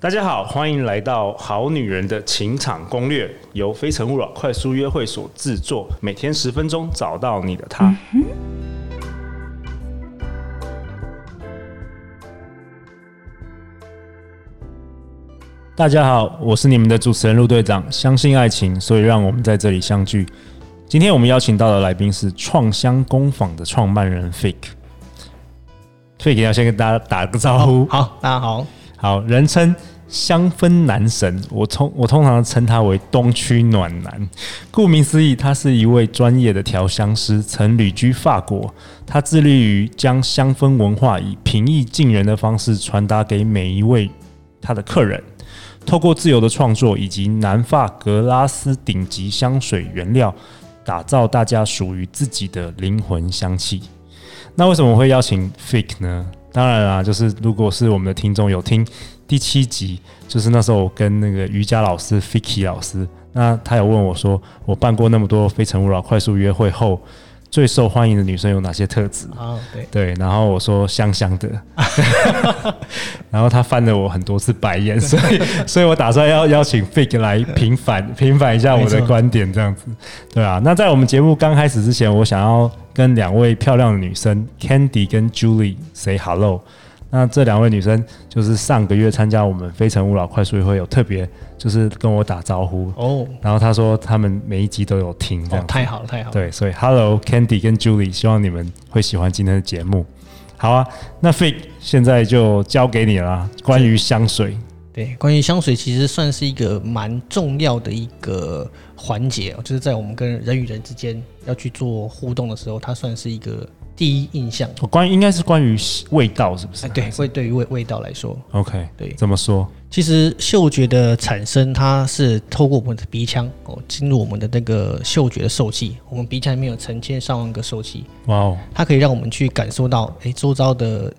大家好，欢迎来到《好女人的情场攻略》，由非诚勿扰快速约会所制作，每天十分钟，找到你的他。大家好，我是你们的主持人陆队长。相信爱情，所以让我们在这里相聚。今天我们邀请到的来宾是创香工坊的创办人 Fake。Fake 要先跟大家打个招呼。好，大家好，好，人称香氛男神，我通我通常称他为东区暖男。顾名思义，他是一位专业的调香师，曾旅居法国。他致力于将香氛文化以平易近人的方式传达给每一位他的客人。透过自由的创作以及南法格拉斯顶级香水原料，打造大家属于自己的灵魂香气。那为什么会邀请 Fake 呢？当然啦，就是如果是我们的听众有听第七集，就是那时候我跟那个瑜伽老师 Fiki 老师，那他有问我说，我办过那么多非诚勿扰快速约会后，最受欢迎的女生有哪些特质？啊，对，对，然后我说香香的， 然后他翻了我很多次白眼，所以 所以我打算要邀请 Fig 来平反平反一下我的观点，这样子，对啊。那在我们节目刚开始之前，我想要跟两位漂亮的女生 Candy 跟 Julie say hello。那这两位女生就是上个月参加我们《非诚勿扰》快速约会，有特别就是跟我打招呼，哦，然后她说她们每一集都有听，这哦样，子太好了，太好了，对，所以 Hello Candy 跟 Julie，希望你们会喜欢今天的节目。好啊，那 Fig 现在就交给你啦。关于香水，对，关于香水，其实算是一个蛮重要的一个环节哦，就是在我们跟人与人之间要去做互动的时候，它算是一个第一印象。我哦关于应该是关于味道，是不是？哎，对，会对于味味道来说， ，OK，对怎么说？其实嗅觉的产生，它是透过我们的鼻腔哦，进入我们的那个嗅觉的受器。我们鼻腔里面有成千上万个受器，哇哦，它可以让我们去感受到诶周遭的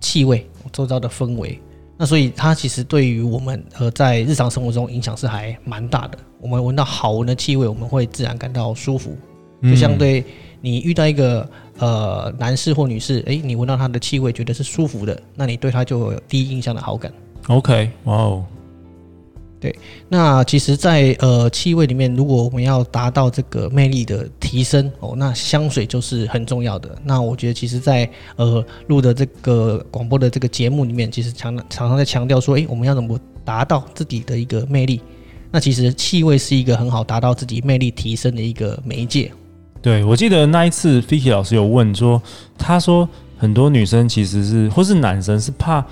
气味、周遭的氛围。那所以它其实对于我们呃在日常生活中影响是还蛮大的。我们闻到好闻的气味，我们会自然感到舒服。嗯就相对你遇到一个呃男士或女士，诶，你闻到他的气味觉得是舒服的，那你对他就有第一印象的好感。 OK，哇哦，那其实在，呃气味里面，如果我们要达到这个魅力的提升哦，那香水就是很重要的。那我觉得，其实在，呃录的这个广播的这个节目里面，其实常常常在强调说，诶，我们要怎么达到自己的一个魅力？那其实气味是一个很好达到自己魅力提升的一个媒介。对我记得那一次 Fiki 老师有问说，他说很多女生其实是或是男生是怕，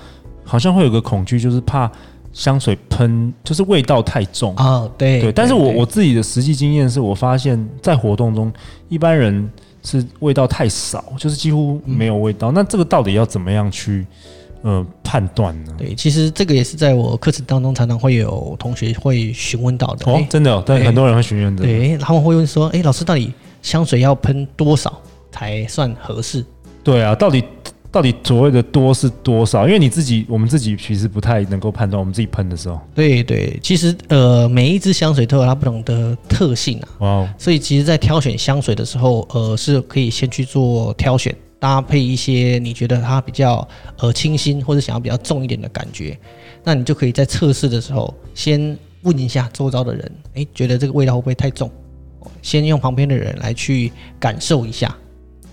好像会有个恐惧，就是怕香水喷，就是味道太重啊，对对，但是我对我自己的实际经验是我发现，在活动中，一般人是味道太少，就是几乎没有味道。嗯那这个到底要怎么样去呃判断呢？对，其实这个也是在我课程当中常常会有同学会询问到的。哦诶，真的、哦，但对很多人会询问的。对，他们会问说：“哎、老师，到底香水要喷多少才算合适对啊，到底到底所谓的多是多少？因为你自己，我们自己其实不太能够判断，我们自己喷的时候，？”对对，其实呃，每一支香水都有它不同的特性啊，哇哦，所以其实，在挑选香水的时候，呃，是可以先去做挑选，搭配一些你觉得它比较呃清新或者想要比较重一点的感觉，那你就可以在测试的时候先问一下周遭的人，哎、觉得这个味道会不会太重？哦先用旁边的人来去感受一下，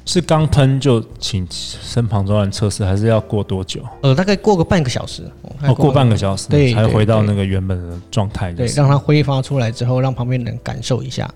是刚喷就请身旁周人测试，还是要过多久？呃，大概过个半个小时，哦大概哦，过半个小时对才对回到对那个原本的状态、就对，是让它挥发出来之后，让旁边的人感受一下。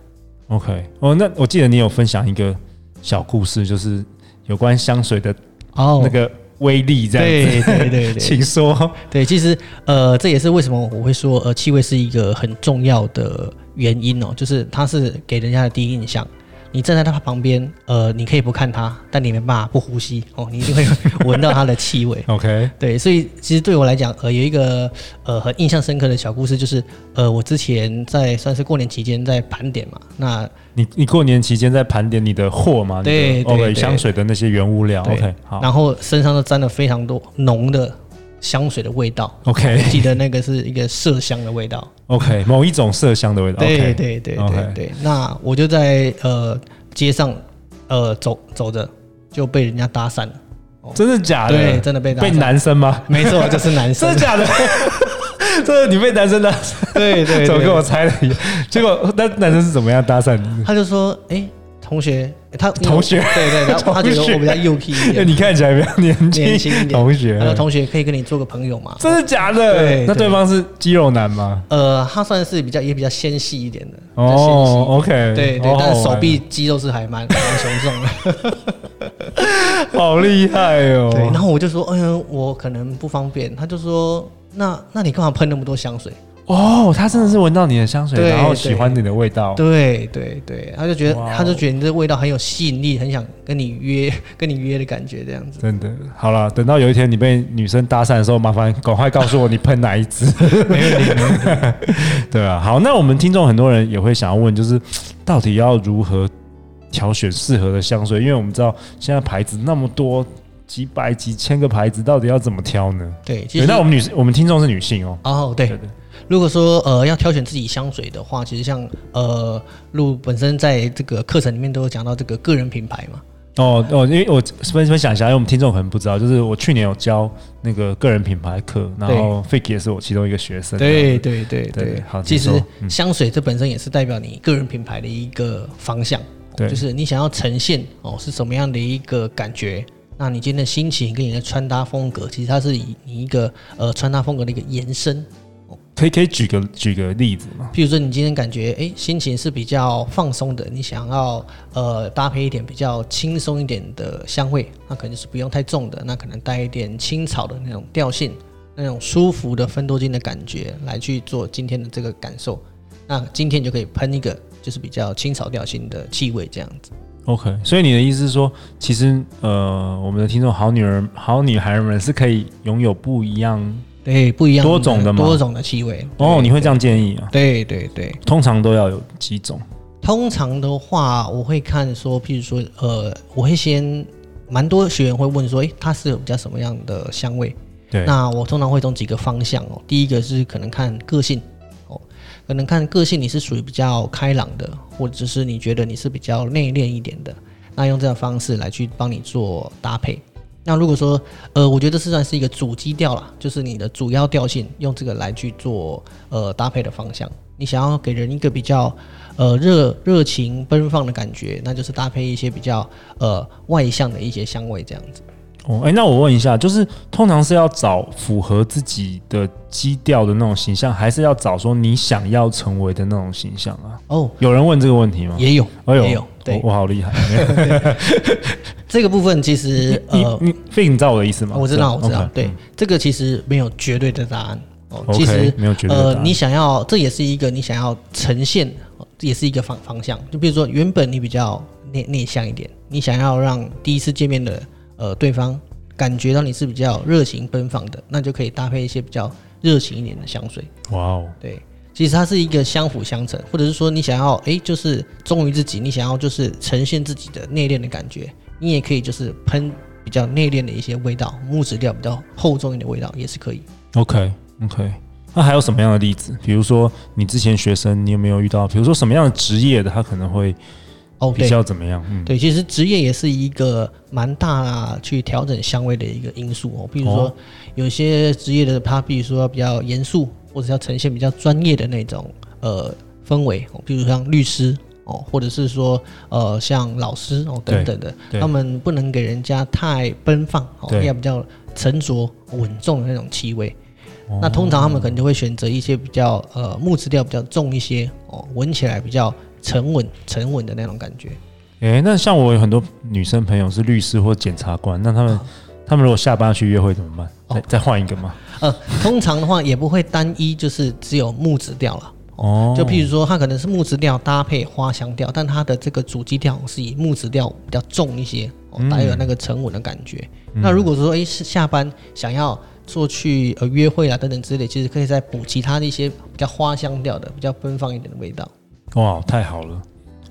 OK，哦，那我记得你有分享一个小故事，就是有关香水的哦那个威力，这样子，对 对对对请说。对，其实呃，这也是为什么我会说呃，气味是一个很重要的原因哦，就是它是给人家的第一印象。你站在他旁边，呃，你可以不看他，但你没办法不呼吸哦，你一定会闻到他的气 味。 OK，对，所以其实对我来讲，呃，有一个呃很印象深刻的小故事，就是呃，我之前在算是过年期间在盘点嘛，那你你过年期间在盘点你的货嘛？对你的 OK，对哦对香水的那些原物料。对 OK，好然后身上都沾了非常多浓的香水的味 道， ，OK 记得那个是一个麝香的味道。 OK，某一种麝香的味道。对 OK，对对对 OK 对。那我就在呃街上呃走走着，就被人家搭讪了。真的假的？对，真的被搭哎被讪。男生吗？ 没错，就是男真生的。假的？这你被男 生搭讪，对对怎么对，跟我猜的一样？结果那男生是怎么样搭讪你？他就说，哎、同学，诶他 同学对对，然 后他觉得我比较幼屁一因为点， 你看起来比较年轻，年轻一点，同学他，说同学可以跟你做个朋友嘛？真的假的？对那对对方是肌肉男吗？呃，他算是比较也比较纤细一点的，比较纤细哦，OK，对对好，好但玩手臂肌肉是还蛮蛮雄壮的。 哦好厉害对，然哦！后我就说，嗯，我可能不方便。他就说，那那你干嘛喷那么多香水？哦，他真的是闻到你的香水，对然后喜欢你的味道。对对对，他就觉得哦哇哦他就觉得你这味道很有吸引力，很想跟你约 跟你约的感觉这样子。真的，好了，等到有一天你被女生搭讪的时候，麻烦赶快告诉我你喷哪一 支。 对啊，好，那我们听众很多人也会想要问，就是到底要如何挑选适合的香水？因为我们知道现在牌子那么多，几百几千个牌子，到底要怎么挑呢？对，其对，实那我们女我们听众是女性哦、哦对，对，如果说呃要挑选自己香水的话，其实像呃陆本身在这个课程里面都有讲到这个个人品牌嘛。哦哦，因为我分分享一下，因为我们听众可能不知道，就是我去年有教那个个人品牌课，然后 Fake 也是我其中一个学生。对对对对好其实请说嗯香水这本身也是代表你个人品牌的一个方向，对就是你想要呈现哦是什么样的一个感觉。那你今天的心情跟你的穿搭风格，其实它是以你一个呃穿搭风格的一个延伸。可以可以举个举个例子吗？譬如说，你今天感觉诶心情是比较放松的，你想要呃搭配一点比较轻松一点的香味，那可能就是不用太重的，那可能带一点青草的那种调性，那种舒服的芬多精的感觉来去做今天的这个感受。那今天你就可以喷一个就是比较青草调性的气味这样子。 OK，所以你的意思是说，其实呃，我们的听众好女人、好女孩们是可以拥有不一样对，不一样多种的吗多种的气味。哦。对你会这样建议啊？对对对，通常都要有几种通常的话，我会看说，譬如说，呃，我会先蛮多学员会问说，诶、它是有比较什么样的香味？对那我通常会从几个方向哦，第一个是可能看个性哦，可能看个性你是属于比较开朗的，或者是你觉得你是比较内敛一点的，那用这样的方式来去帮你做搭配。那如果说，呃，我觉得这算是一个主基调啦，就是你的主要调性，用这个来去做呃搭配的方向。你想要给人一个比较呃热热情奔放的感觉，那就是搭配一些比较呃外向的一些香味这样子。哦。哎、那我问一下，就是通常是要找符合自己的基调的那种形象，还是要找说你想要成为的那种形象啊？哦，有人问这个问题吗？也有，哎呦也有，对我，我好厉害！ 这个部分其实你呃，你费，你知道我的意思吗？我知道，我知道 OK，，对嗯，这个其实没有绝对的答案哦。 OK，其实没有绝对的答呃案，你想要，这也是一个你想要呈现，哦这也是一个方方向。就比如说，原本你比较内内向一点，你想要让第一次见面的呃对方感觉到你是比较热情奔放的，那就可以搭配一些比较热情一点的香水。哇哦，对，其实它是一个相辅相成，或者是说你想要诶，就是忠于自己，你想要就是呈现自己的内敛的感觉，你也可以就是喷比较内敛的一些味道，木质调比较厚重一点的味道也是可以。 OK OK，那还有什么样的例子？比如说你之前学生，你有没有遇到？比如说什么样的职业的他可能会哦，比对较怎么样？嗯，对，其实职业也是一个蛮大去调整香味的一个因素哦。比如说哦有些职业的它，比如说比较严肃，或者要呈现比较专业的那种呃氛围，哦比如像律师哦，或者是说呃像老师哦对等等的。对他们不能给人家太奔放，哦，对要比较沉着稳重的那种气味。哦那通常他们可能就会选择一些比较呃木质调比较重一些，哦，闻起来比较沉稳沉稳的那种感觉。诶、那像我有很多女生朋友是律师或检察官，那他们、他们如果下班去约会怎么办？再、哦再换一个吗？呃，通常的话也不会单一就是只有木质调了。哦，就譬如说，它可能是木质调搭配花香调，但它的这个主基调是以木质调比较重一些，哦嗯带有那个沉稳的感觉。那如果说诶是下班想要做去呃约会啊等等之类，其实可以再补其他的一些比较花香调的、比较奔放一点的味道。哦哇，太好了。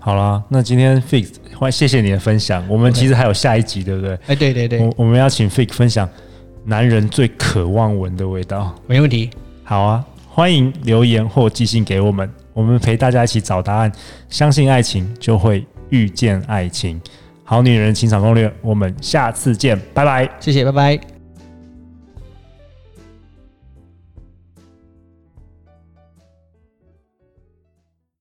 好啦，那今天 Fix，欢谢谢你的分享。我们 OK 其实还有下一集，对不对？哎、对对对，我我们要请 Fix 分享男人最渴望闻的味道。没问题。好啊，欢迎留言或寄信给我们，我们陪大家一起找答案。相信爱情，就会遇见爱情。好女人情场攻略，我们下次见，拜拜。谢谢，拜拜。